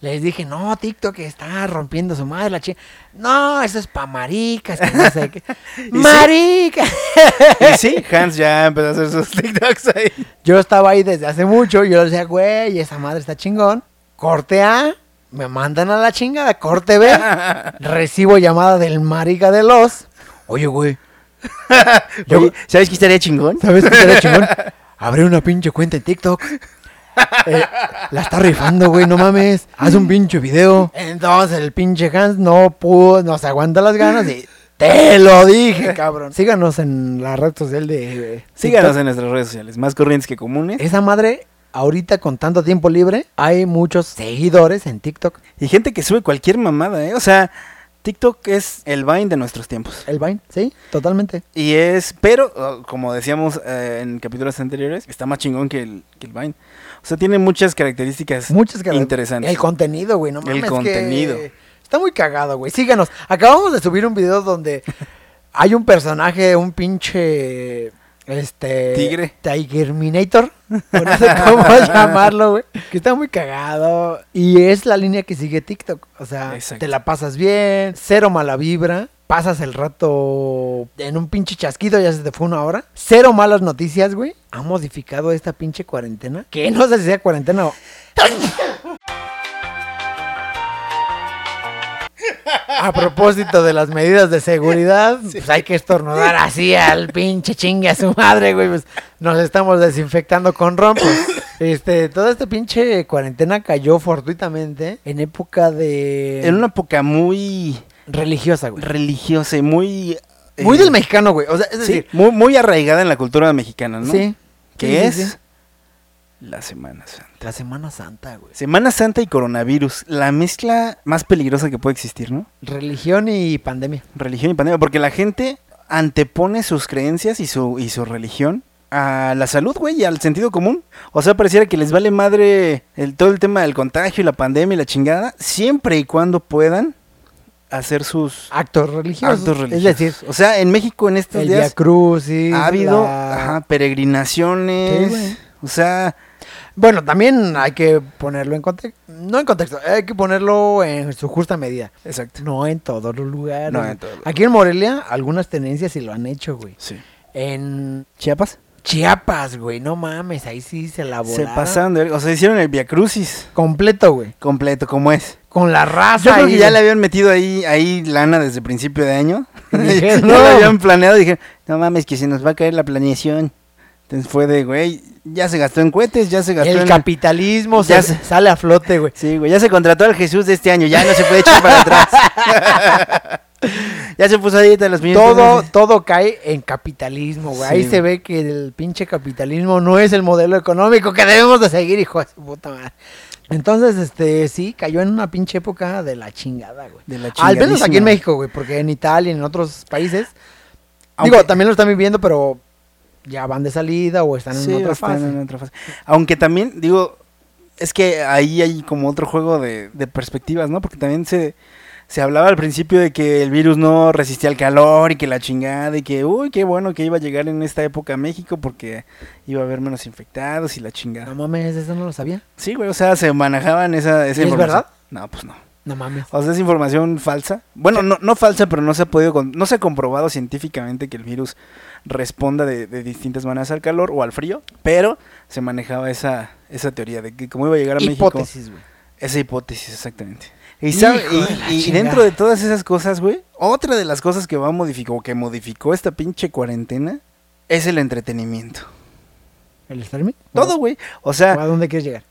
B: les dije, no, TikTok está rompiendo su madre la chingada. No, eso es pa' maricas, que no sé qué.
A: sí?
B: ¡Maricas!
A: y sí, Hans ya empezó a hacer sus TikToks ahí.
B: Yo estaba ahí desde hace mucho, yo decía, güey, esa madre está chingón. Corte A, me mandan a la chingada, corte B, recibo llamada del marica de los. Oye, güey, Yo-
A: Oye, ¿Sabes qué estaría chingón?
B: ¿sabes qué estaría chingón? Abre una pinche cuenta en TikTok. Eh, la está rifando, güey, no mames. Haz un pinche video. Entonces el pinche Hans no pudo, no se aguanta las ganas y te lo dije, cabrón. Síganos en la red social de eh,
A: Síganos
B: TikTok.
A: en nuestras redes sociales, más corrientes que comunes.
B: Esa madre, ahorita con tanto tiempo libre, hay muchos seguidores en TikTok.
A: Y gente que sube cualquier mamada, ¿eh? O sea, TikTok es el Vine de nuestros tiempos.
B: El Vine, sí, totalmente.
A: Y es, pero, oh, como decíamos eh, en capítulos anteriores, está más chingón que el, que el Vine. O sea, tiene muchas características
B: Muchas gracias.
A: interesantes.
B: El contenido, güey, no mames. que
A: contenido.
B: Está muy cagado, güey. Síganos. Acabamos de subir un video donde hay un personaje, un pinche. Este.
A: Tigre.
B: Tigerminator. o No sé cómo llamarlo, güey. Que está muy cagado. Y es la línea que sigue TikTok. O sea,
A: Exacto.
B: te la pasas bien, cero mala vibra. Pasas el rato en un pinche chasquido, ya se te fue una hora. Cero malas noticias, güey. Ha modificado esta pinche cuarentena. Que no sé si sea cuarentena o A propósito de las medidas de seguridad, pues hay que estornudar así al pinche chingue a su madre, güey. Pues nos estamos desinfectando con rompos. Este, toda esta pinche cuarentena cayó fortuitamente en época de
A: En una época muy
B: religiosa, güey.
A: religiosa y muy... eh,
B: Muy del mexicano, güey. O sea, es
A: sí,
B: decir,
A: muy, muy arraigada en la cultura mexicana, ¿no?
B: sí.
A: que
B: Sí,
A: es
B: sí, sí.
A: la Semana Santa.
B: la Semana Santa, güey.
A: Semana Santa y coronavirus, la mezcla más peligrosa que puede existir, ¿no?
B: Religión y pandemia.
A: Religión y pandemia, porque la gente antepone sus creencias y su, y su religión a la salud, güey, y al sentido común. O sea, pareciera que les vale madre el, todo el tema del contagio y la pandemia y la chingada, siempre y cuando puedan hacer sus
B: Actos religiosos.
A: actos
B: Es
A: religiosos.
B: decir,
A: o sea, en México en estos
B: el Via
A: días
B: Crucis.
A: ha habido
B: la-
A: ajá, peregrinaciones,
B: Sí, güey.
A: o sea,
B: Bueno, también hay que ponerlo en contexto. No en contexto, hay que ponerlo en su justa medida.
A: exacto.
B: No en todos los lugares.
A: No en todos los
B: Aquí en Morelia, algunas tendencias sí lo han hecho, güey.
A: Sí.
B: En
A: Chiapas
B: Chiapas, güey, no mames, ahí sí se la
A: se
B: volaron.
A: pasaron de ver- o sea, hicieron el Via Crucis
B: Completo, güey.
A: completo como es.
B: Con la raza.
A: Yo creo
B: Ah, ahí,
A: que ya
B: güey.
A: le habían metido ahí, ahí lana desde principio de año.
B: Y dije,
A: no
B: "No".
A: lo habían planeado. Dije, no mames, que se nos va a caer la planeación. Entonces fue de, güey, ya se gastó en cohetes, ya se gastó
B: El
A: en.
B: capitalismo se-
A: Ya se-
B: sale a flote, güey.
A: Sí, güey, ya se contrató al Jesús de este año, ya no se puede echar para atrás. ya se puso a dieta los primeros
B: Todo,
A: meses.
B: todo cae en capitalismo, güey. Ahí
A: Sí,
B: se ve que el pinche capitalismo no es el modelo económico que debemos de seguir, hijo de su puta madre. Entonces, este, sí, cayó en una pinche época de la chingada, güey.
A: De la
B: Al menos aquí en
A: chingadísima.
B: México, güey, porque en Italia y en otros países,
A: Aunque-
B: digo, también lo están viviendo, pero ya van de salida o están
A: Sí,
B: en otra
A: están
B: fase.
A: en otra fase. Aunque también, digo, es que ahí hay como otro juego de, de perspectivas, ¿no? Porque también se, se hablaba al principio de que el virus no resistía al calor y que la chingada y que, uy, qué bueno que iba a llegar en esta época a México porque iba a haber menos infectados y la
B: No
A: chingada.
B: mames, eso no lo sabía.
A: Sí, güey, o sea, se manejaban esa, esa
B: ¿Y es
A: información.
B: verdad?
A: No, pues no.
B: No mames.
A: O sea, es información falsa. Bueno, no, no falsa, pero no se ha podido, con- no se ha comprobado científicamente que el virus responda de, de distintas maneras al calor o al frío, pero se manejaba esa, esa teoría de que cómo iba a llegar a México.
B: Hipótesis, güey.
A: Esa hipótesis, exactamente. Y, sabe-
B: Hijo de la
A: y- y
B: chingada.
A: dentro de todas esas cosas, güey, otra de las cosas que va a modificó, que modificó esta pinche cuarentena, es el entretenimiento.
B: ¿El streaming?
A: Todo, güey. O
B: ¿O
A: sea,
B: ¿A dónde quieres llegar?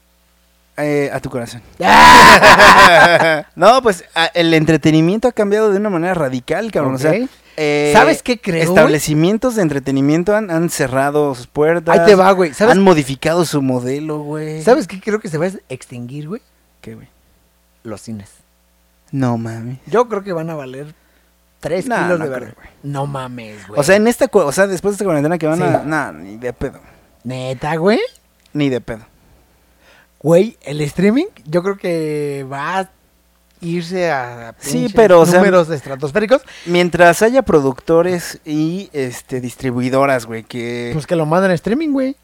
A: eh, a tu corazón. no, pues a- el entretenimiento ha cambiado de una manera radical, cabrón. O sea,
B: Ok.
A: eh,
B: ¿Sabes qué creo, güey?
A: Establecimientos de entretenimiento han, han cerrado sus puertas.
B: Ahí te va, güey. ¿Sabes
A: Han modificado su modelo, güey.
B: ¿Sabes qué creo que se va a extinguir, güey?
A: qué, güey?
B: Los cines.
A: No mami.
B: Yo creo que van a valer 3
A: No,
B: kilos
A: no creo,
B: de verga.
A: güey.
B: No mames, güey.
A: O sea, en esta, cu- o sea, después de esta cuarentena que van
B: Sí.
A: a, nah, ni de pedo,
B: neta, güey.
A: ni de pedo.
B: Güey, el streaming, yo creo que va a irse a
A: Sí,
B: pinches
A: pero, o sea,
B: números estratosféricos.
A: Mientras haya productores y este distribuidoras, güey, que
B: Pues que lo manden a streaming, güey.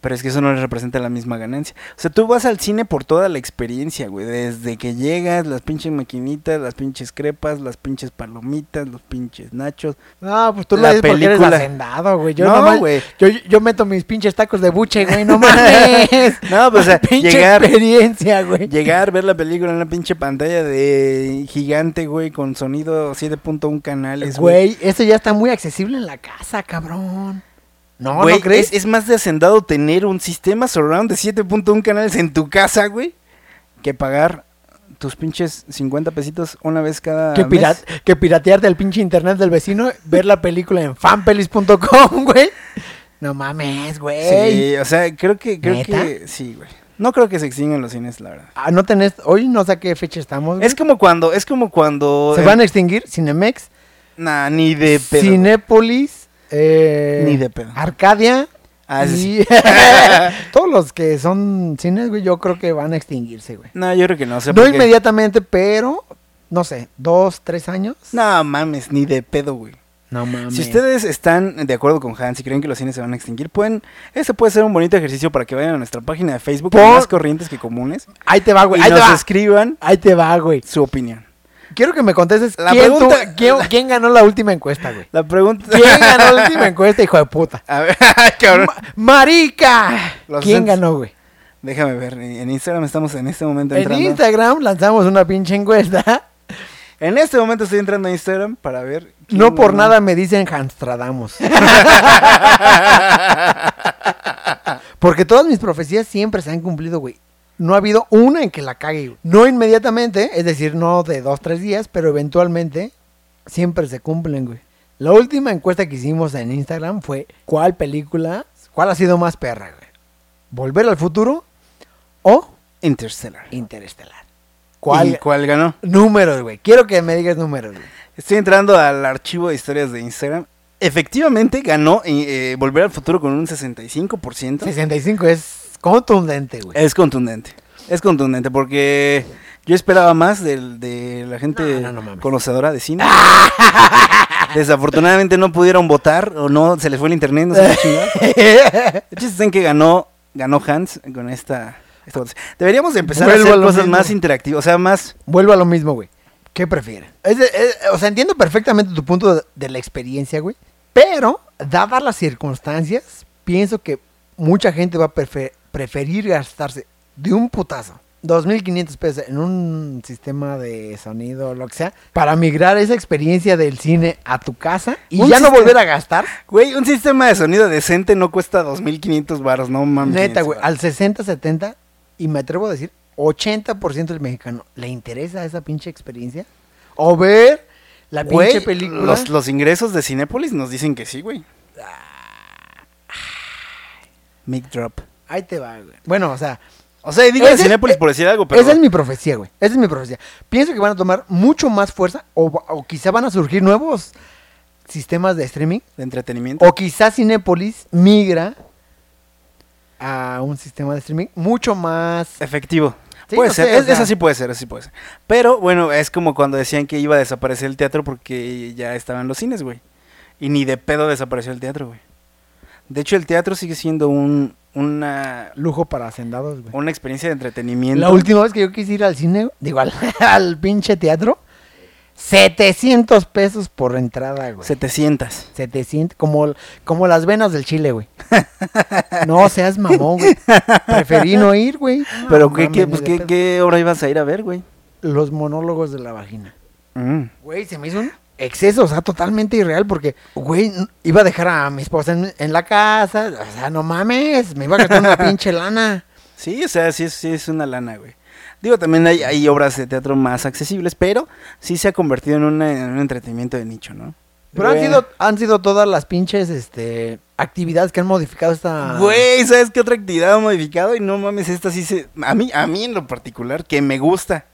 A: Pero es que eso no les representa la misma ganancia. O sea, tú vas al cine por toda la experiencia, güey. Desde que llegas, las pinches maquinitas, las pinches crepas, las pinches palomitas, los pinches nachos.
B: No, pues tú lo
A: La
B: dices porque eres
A: película.
B: hacendado, güey. Yo
A: No,
B: nomás-
A: güey.
B: Yo, yo meto mis pinches tacos de buche, güey. No mames.
A: No, pues, o sea,
B: pinche
A: llegar-
B: experiencia, güey.
A: Llegar, ver la película en una pinche pantalla de gigante, güey, con sonido 7.1 canales, güey.
B: Eh, Güey, eso ya está muy accesible en la casa, cabrón. No,
A: Güey,
B: ¿no crees?
A: Es, es más de hacendado tener un sistema surround de 7.1 canales en tu casa, güey, que pagar tus pinches 50 pesitos una vez cada
B: Que,
A: mes.
B: pirat- que piratearte el pinche internet del vecino, ver la película en fanpelis.com, güey. No mames, güey.
A: Sí, o sea, creo que, creo
B: ¿Neta?
A: que sí, güey. No creo que se extingan los cines, la verdad.
B: Ah, no tenés, hoy no sé a qué fecha estamos. güey.
A: Es como cuando, es como cuando.
B: Se
A: eh,
B: van a extinguir Cinemex,
A: Nah, ni de pedo.
B: Cinépolis, eh,
A: Ni de pedo.
B: Arcadia.
A: Ah, eso
B: y- todos los que son cines, güey, yo creo que van a extinguirse, güey.
A: No, yo creo que no. O sea,
B: no
A: porque-
B: inmediatamente, pero, no sé, dos, tres años.
A: No mames, ni de pedo, güey.
B: No mames.
A: Si ustedes están de acuerdo con Hans y creen que los cines se van a extinguir, pueden. Este puede ser un bonito ejercicio para que vayan a nuestra página de Facebook, con
B: Por-
A: más corrientes que comunes,
B: Ahí te va, güey.
A: y
B: Ahí te
A: nos
B: va.
A: escriban
B: Ahí te va, güey.
A: su opinión.
B: Quiero que me contestes
A: La
B: quién,
A: pregunta-
B: tu- quién- quién ganó la última encuesta, güey.
A: La pregunta.
B: ¿Quién ganó la última encuesta, hijo de puta?
A: A ver, cabrón.
B: Ma- ¡Marica!
A: Los
B: ¿Quién
A: docentes.
B: ganó, güey?
A: Déjame ver. En Instagram estamos en este momento
B: En
A: entrando.
B: Instagram lanzamos una pinche encuesta.
A: En este momento estoy entrando a Instagram para ver. quién
B: No por
A: ganó.
B: nada me dicen Hanstradamus. Porque todas mis profecías siempre se han cumplido, güey. No ha habido una en que la cague, güey. No inmediatamente, es decir, no de dos, tres días, pero eventualmente siempre se cumplen, güey. La última encuesta que hicimos en Instagram fue ¿cuál película, cuál ha sido más perra, güey? ¿Volver al futuro o
A: Interstellar.
B: Interestelar?
A: ¿Cuál?
B: ¿Cuál?
A: ¿Cuál ganó?
B: Números, güey. Quiero que me digas números, güey.
A: Estoy entrando al archivo de historias de Instagram Efectivamente ganó eh, eh, Volver al Futuro con un 65%.
B: 65 es contundente, güey.
A: Es contundente. Es contundente porque yo esperaba más del- de, la gente
B: No, no, no mames.
A: conocedora de cine. Desafortunadamente no pudieron votar o no se les fue el internet, no sé qué chingados. El chiste es en que ganó, ganó Hans con esta, esta votación. Deberíamos de empezar
B: Vuelvo
A: a
B: a
A: hacer
B: lo
A: cosas
B: mismo.
A: más interactivas, o sea, más
B: Vuelvo a lo mismo, güey. ¿Qué prefieren? Es de- es- o sea, entiendo perfectamente tu punto de, de la experiencia, güey. Pero, dadas las circunstancias, pienso que mucha gente va a prefe- preferir gastarse de un putazo 2.500 pesos en un sistema de sonido o lo que sea para migrar esa experiencia del cine a tu casa y
A: Un
B: ya no
A: sistema-
B: volver a gastar.
A: Güey, un sistema de sonido decente no cuesta 2.500 baros, no mames.
B: Neta,
A: 500
B: güey,
A: varos.
B: al 60, 70 y me atrevo a decir 80% del mexicano le interesa esa pinche experiencia o ver la
A: Güey,
B: pinche película.
A: Los, los ingresos de Cinépolis nos dicen que sí, güey. Mic drop.
B: Ahí te va, güey. Bueno, o sea,
A: O sea, digo de
B: Ese- e
A: Cinépolis por decir algo, pero.
B: esa es mi profecía, güey. Esa es mi profecía. Pienso que van a tomar mucho más fuerza o, va- o quizá van a surgir nuevos sistemas de streaming
A: De entretenimiento.
B: o quizá Cinépolis migra a un sistema de streaming mucho más
A: Efectivo.
B: Sí,
A: puede
B: no
A: ser,
B: sé,
A: es-
B: o sea-
A: esa sí puede ser, esa sí puede ser. Pero bueno, es como cuando decían que iba a desaparecer el teatro porque ya estaban los cines, güey. Y ni de pedo desapareció el teatro, güey. De hecho, el teatro sigue siendo un, una,
B: lujo para hacendados, güey.
A: una experiencia de entretenimiento.
B: La última vez que yo quise ir al cine, digo, al, al pinche teatro, 700 pesos por entrada, güey.
A: 700.
B: 700, como, como las venas del chile, güey. No seas mamón, güey. Preferí no ir, güey.
A: Pero,
B: Ah, No
A: ¿qué, qué,
B: mames,
A: pues, ¿qué,
B: ni de pedo.
A: qué obra ibas a ir a ver, güey?
B: Los monólogos de la vagina.
A: Mm.
B: Güey, se me hizo un exceso, o sea, totalmente irreal, porque, güey, n- iba a dejar a mi esposa en, en la casa, o sea, no mames, me iba a gastar una pinche lana.
A: Sí, o sea, sí, es- sí es una lana, güey. Digo, también hay, hay obras de teatro más accesibles, pero sí se ha convertido en, una- en un entretenimiento de nicho, ¿no? Eh,
B: Pero han
A: Güey.
B: sido, han sido todas las pinches este, actividades que han modificado esta.
A: Güey, ¿sabes qué otra actividad ha modificado? Y no mames, esta sí se... A mí, a mí en lo particular, que me gusta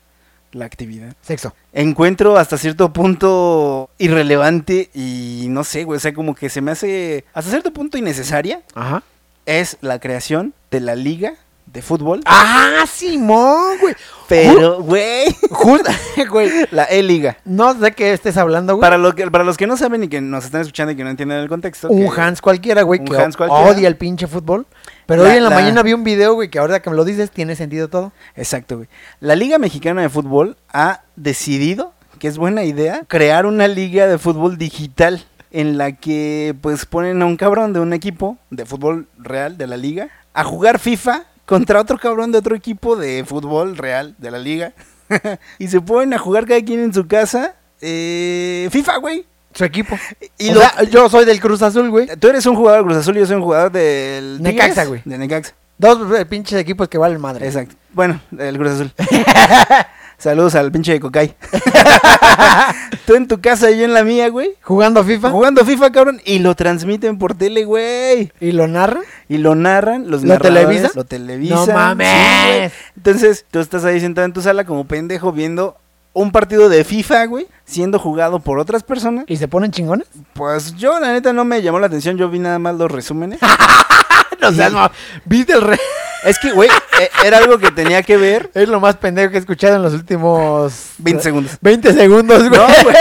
A: la actividad.
B: Sexo.
A: Encuentro hasta cierto punto irrelevante y no sé, güey, o sea, como que se me hace hasta cierto punto innecesaria.
B: Ajá.
A: Es la creación de la liga de fútbol.
B: ¡Ah, Simón, güey!
A: Pero, güey,
B: Justo, güey.
A: la E-Liga.
B: No sé qué estés hablando, güey.
A: Para, lo que, para los que no saben y que nos están escuchando y que no entienden el contexto.
B: un
A: que-
B: Hans cualquiera, güey,
A: un
B: que
A: Hans
B: o-
A: cualquiera.
B: odia el pinche fútbol. Pero
A: La-
B: hoy en la,
A: la-
B: mañana vi un video, güey, que ahora que me lo dices tiene sentido todo.
A: Exacto, güey. La Liga Mexicana de Fútbol ha decidido que es buena idea crear una liga de fútbol digital en la que pues ponen a un cabrón de un equipo de fútbol real de la liga a jugar FIFA contra otro cabrón de otro equipo de fútbol real de la liga y se ponen a jugar cada quien en su casa eh, FIFA, güey.
B: Su equipo.
A: Y
B: O
A: lo-
B: sea, yo soy del Cruz Azul, güey.
A: Tú eres un jugador de Cruz Azul y yo soy un jugador del
B: Necaxa,
A: Tigres,
B: güey.
A: De Necaxa.
B: Dos eh, pinches equipos que valen madre.
A: Exacto. Bueno, el Cruz Azul. Saludos al pinche de Cocay. Tú en tu casa y yo en la mía, güey.
B: Jugando FIFA
A: Jugando FIFA, cabrón. Y lo transmiten por tele, güey.
B: y lo narra.
A: Y lo narran los
B: ¿Lo
A: narradores,
B: televisa?
A: Lo televisan.
B: ¡No mames!
A: Sí, güey. Entonces, tú estás ahí sentado en tu sala como pendejo viendo un partido de FIFA, güey. Siendo jugado por otras personas.
B: ¿Y se ponen chingones?
A: Pues yo, la neta, no me llamó la atención. Yo vi nada más los resúmenes.
B: No seas mam- ¿Viste el re...
A: es que, güey, eh, era algo que tenía que ver.
B: Es lo más pendejo que he escuchado en los últimos...
A: 20 segundos.
B: 20 segundos, güey.
A: No, güey.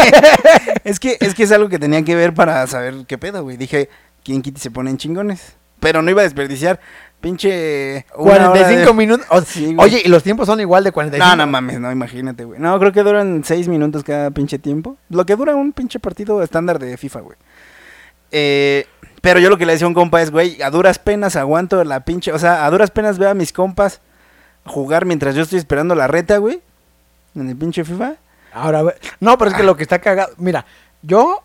A: es, que, es que es algo que tenía que ver para saber qué pedo, güey. Dije, ¿quién quita y se ponen chingones? Pero no iba a desperdiciar. Pinche. una hora
B: 45
A: de-
B: minutos. O-
A: Sí, güey.
B: oye, y los tiempos son igual de 45.
A: No, no mames, no, imagínate, güey. No, creo que duran 6 minutos cada pinche tiempo. Lo que dura un pinche partido estándar de FIFA, güey. Eh, pero yo lo que le decía a un compa es, güey, a duras penas aguanto la pinche. O sea, a duras penas veo a mis compas jugar mientras yo estoy esperando la reta, güey. En el pinche FIFA.
B: Ahora, güey, no, pero es que
A: Ah.
B: lo que está cagado. Mira, yo,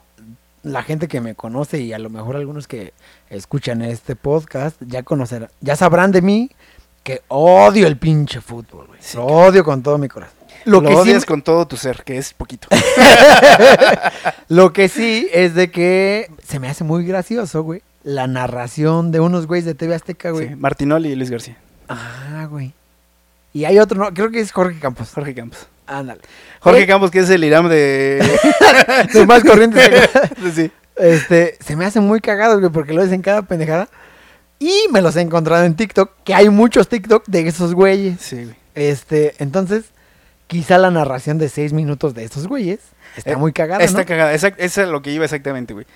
B: la gente que me conoce y a lo mejor algunos que escuchan este podcast, ya conocerán, ya sabrán de mí que odio el pinche fútbol, güey.
A: Sí,
B: Lo odio con todo mi corazón. Lo,
A: Lo,
B: que sí,
A: odias
B: me-
A: con todo tu ser, que es poquito.
B: lo que sí es de que se me hace muy gracioso, güey. La narración de unos güeyes de TV Azteca, güey.
A: Sí, Martinoli y Luis García.
B: Ah, güey. Y hay otro, no, creo que es Jorge Campos.
A: Jorge Campos.
B: Ándale.
A: Jorge Campos, que es el Irán de.
B: Los más corrientes.
A: Sí.
B: Este, se me hacen muy cagados, güey, porque lo dicen cada pendejada. Y me los he encontrado en TikTok, que hay muchos TikTok de esos güeyes.
A: Sí, güey.
B: Este, entonces, quizá la narración de seis minutos de esos güeyes está
A: Eh,
B: muy cagada,
A: Está
B: ¿no?
A: cagada, exact- eso es lo que iba exactamente, güey.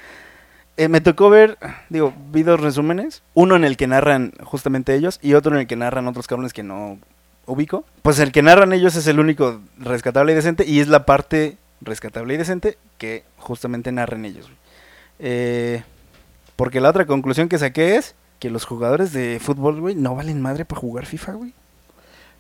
A: Eh, me tocó ver, digo, vi dos resúmenes, uno en el que narran justamente ellos y otro en el que narran otros cabrones que no ubico. Pues el que narran ellos es el único rescatable y decente y es la parte rescatable y decente que justamente narran ellos. güey. Eh, porque la otra conclusión que saqué es que los jugadores de fútbol, güey, no valen madre para jugar FIFA, güey.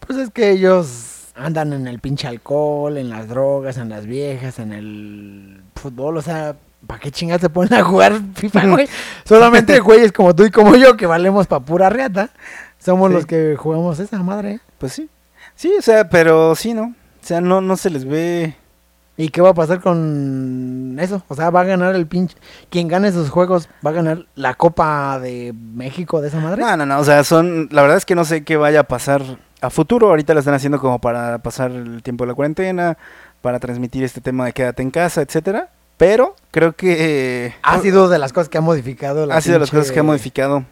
B: Pues es que ellos andan en el pinche alcohol, en las drogas, en las viejas, en el fútbol, o sea, ¿para qué chingas se ponen a jugar FIFA, güey? Solamente güeyes como tú y como yo que valemos pa' pura reata, somos
A: Sí.
B: los que jugamos esa madre.
A: Pues sí. Sí, o sea, pero sí, ¿no? O sea, no, no se les ve...
B: ¿Y qué va a pasar con eso? O sea, va a ganar el pinche... Quien gane esos juegos va a ganar la Copa de México de esa madre.
A: No, no, no, o sea, son, la verdad es que no sé qué vaya a pasar a futuro, ahorita lo están haciendo como para pasar el tiempo de la cuarentena, para transmitir este tema de quédate en casa, etcétera, pero creo que eh,
B: Ha sido de las cosas que ha modificado la
A: ha sido de las
B: pinche-
A: cosas que ha modificado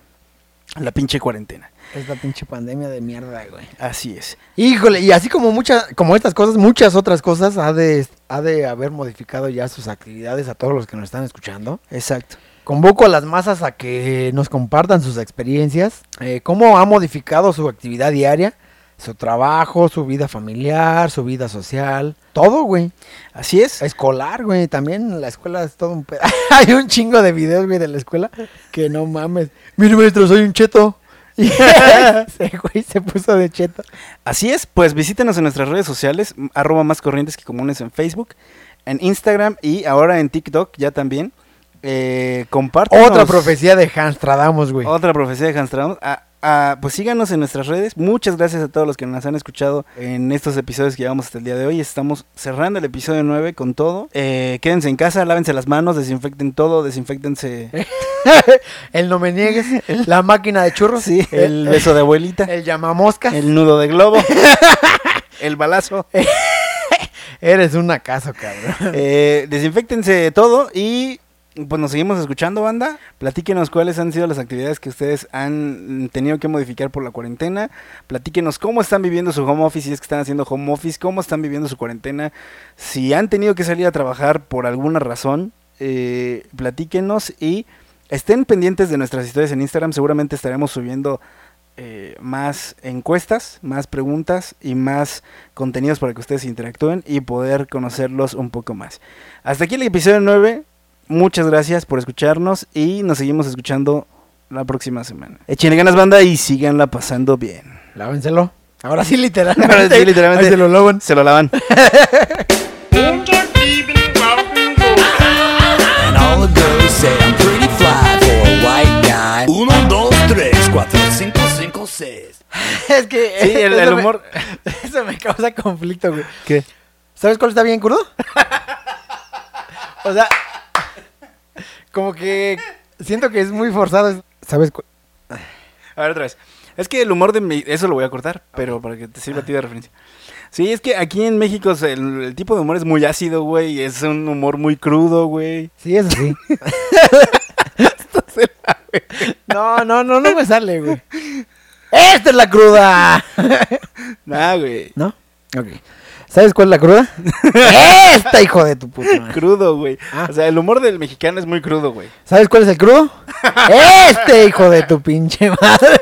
A: la pinche cuarentena.
B: Esta pinche pandemia de mierda, güey.
A: Así es.
B: Híjole, y así como muchas, como estas cosas, muchas otras cosas ha de, ha de haber modificado ya sus actividades a todos los que nos están escuchando.
A: Exacto.
B: Convoco a las masas a que nos compartan sus experiencias, eh, cómo ha modificado su actividad diaria, su trabajo, su vida familiar, su vida social, todo, güey.
A: Así es.
B: Escolar, güey, también la escuela es todo un pedo. Hay un chingo de videos, güey, de la escuela que no mames. Mire, maestro, soy un cheto. Y ese güey se puso de cheto.
A: Así es, pues visítenos en nuestras redes sociales, m- arroba más corrientes que comunes en Facebook, en Instagram y ahora en TikTok ya también. Eh, compártanos-
B: Otra profecía de Hans Tradamos, güey.
A: Otra profecía de Hans Traum. Ah, ah, pues síganos en nuestras redes. Muchas gracias a todos los que nos han escuchado en estos episodios que llevamos hasta el día de hoy. Estamos cerrando el episodio 9 con todo. Eh, quédense en casa, lávense las manos, desinfecten todo, desinfectense
B: Eh, el no me niegues, la máquina de churros,
A: sí, el
B: el,
A: beso de abuelita,
B: el llamamoscas.
A: el nudo de globo, el balazo.
B: Eres un acaso, cabrón.
A: Eh, desinfectense todo y pues nos seguimos escuchando, banda. Platíquenos cuáles han sido las actividades que ustedes han mm, tenido que modificar por la cuarentena. Platíquenos cómo están viviendo su home office, si es que están haciendo home office, cómo están viviendo su cuarentena. Si han tenido que salir a trabajar por alguna razón, eh, platíquenos y estén pendientes de nuestras historias en Instagram. Seguramente estaremos subiendo eh, más encuestas, más preguntas y más contenidos para que ustedes interactúen y poder conocerlos un poco más. Hasta aquí el episodio 9. Muchas gracias por escucharnos y nos seguimos escuchando la próxima semana. Échenle ganas, banda, y síganla pasando bien.
B: Lávenselo. Ahora sí, literalmente.
A: Ahora sí, literalmente.
B: Ahí se lo lavan.
A: Se lo lavan.
C: And all the girls say I'm pretty fly for a white guy. Uno, dos, tres, cuatro, cinco, cinco, seis.
B: Es que.
A: Sí, el-
B: eso
A: el
B: me-
A: humor.
B: eso me causa conflicto, güey.
A: ¿Qué?
B: ¿Sabes cuál está bien crudo? o sea, como que siento que es muy forzado. ¿Sabes cuál?
A: A ver, otra vez. Es que el humor de mi... Eso lo voy a cortar, pero para que te sirva a ti de referencia. Sí, es que aquí en México o sea, el, el tipo de humor es muy ácido, güey. Es un humor muy crudo, güey.
B: Sí, eso sí. no, no, no, no me sale, güey. ¡Esta es la cruda!
A: Nah, güey.
B: ¿No? Ok. ¿Sabes cuál es la cruda? ¡Esta, hijo de tu puta madre!
A: Crudo, güey.
B: Ah.
A: O sea, el humor del mexicano es muy crudo, güey.
B: ¿Sabes cuál es el crudo? ¡Este, hijo de tu pinche madre!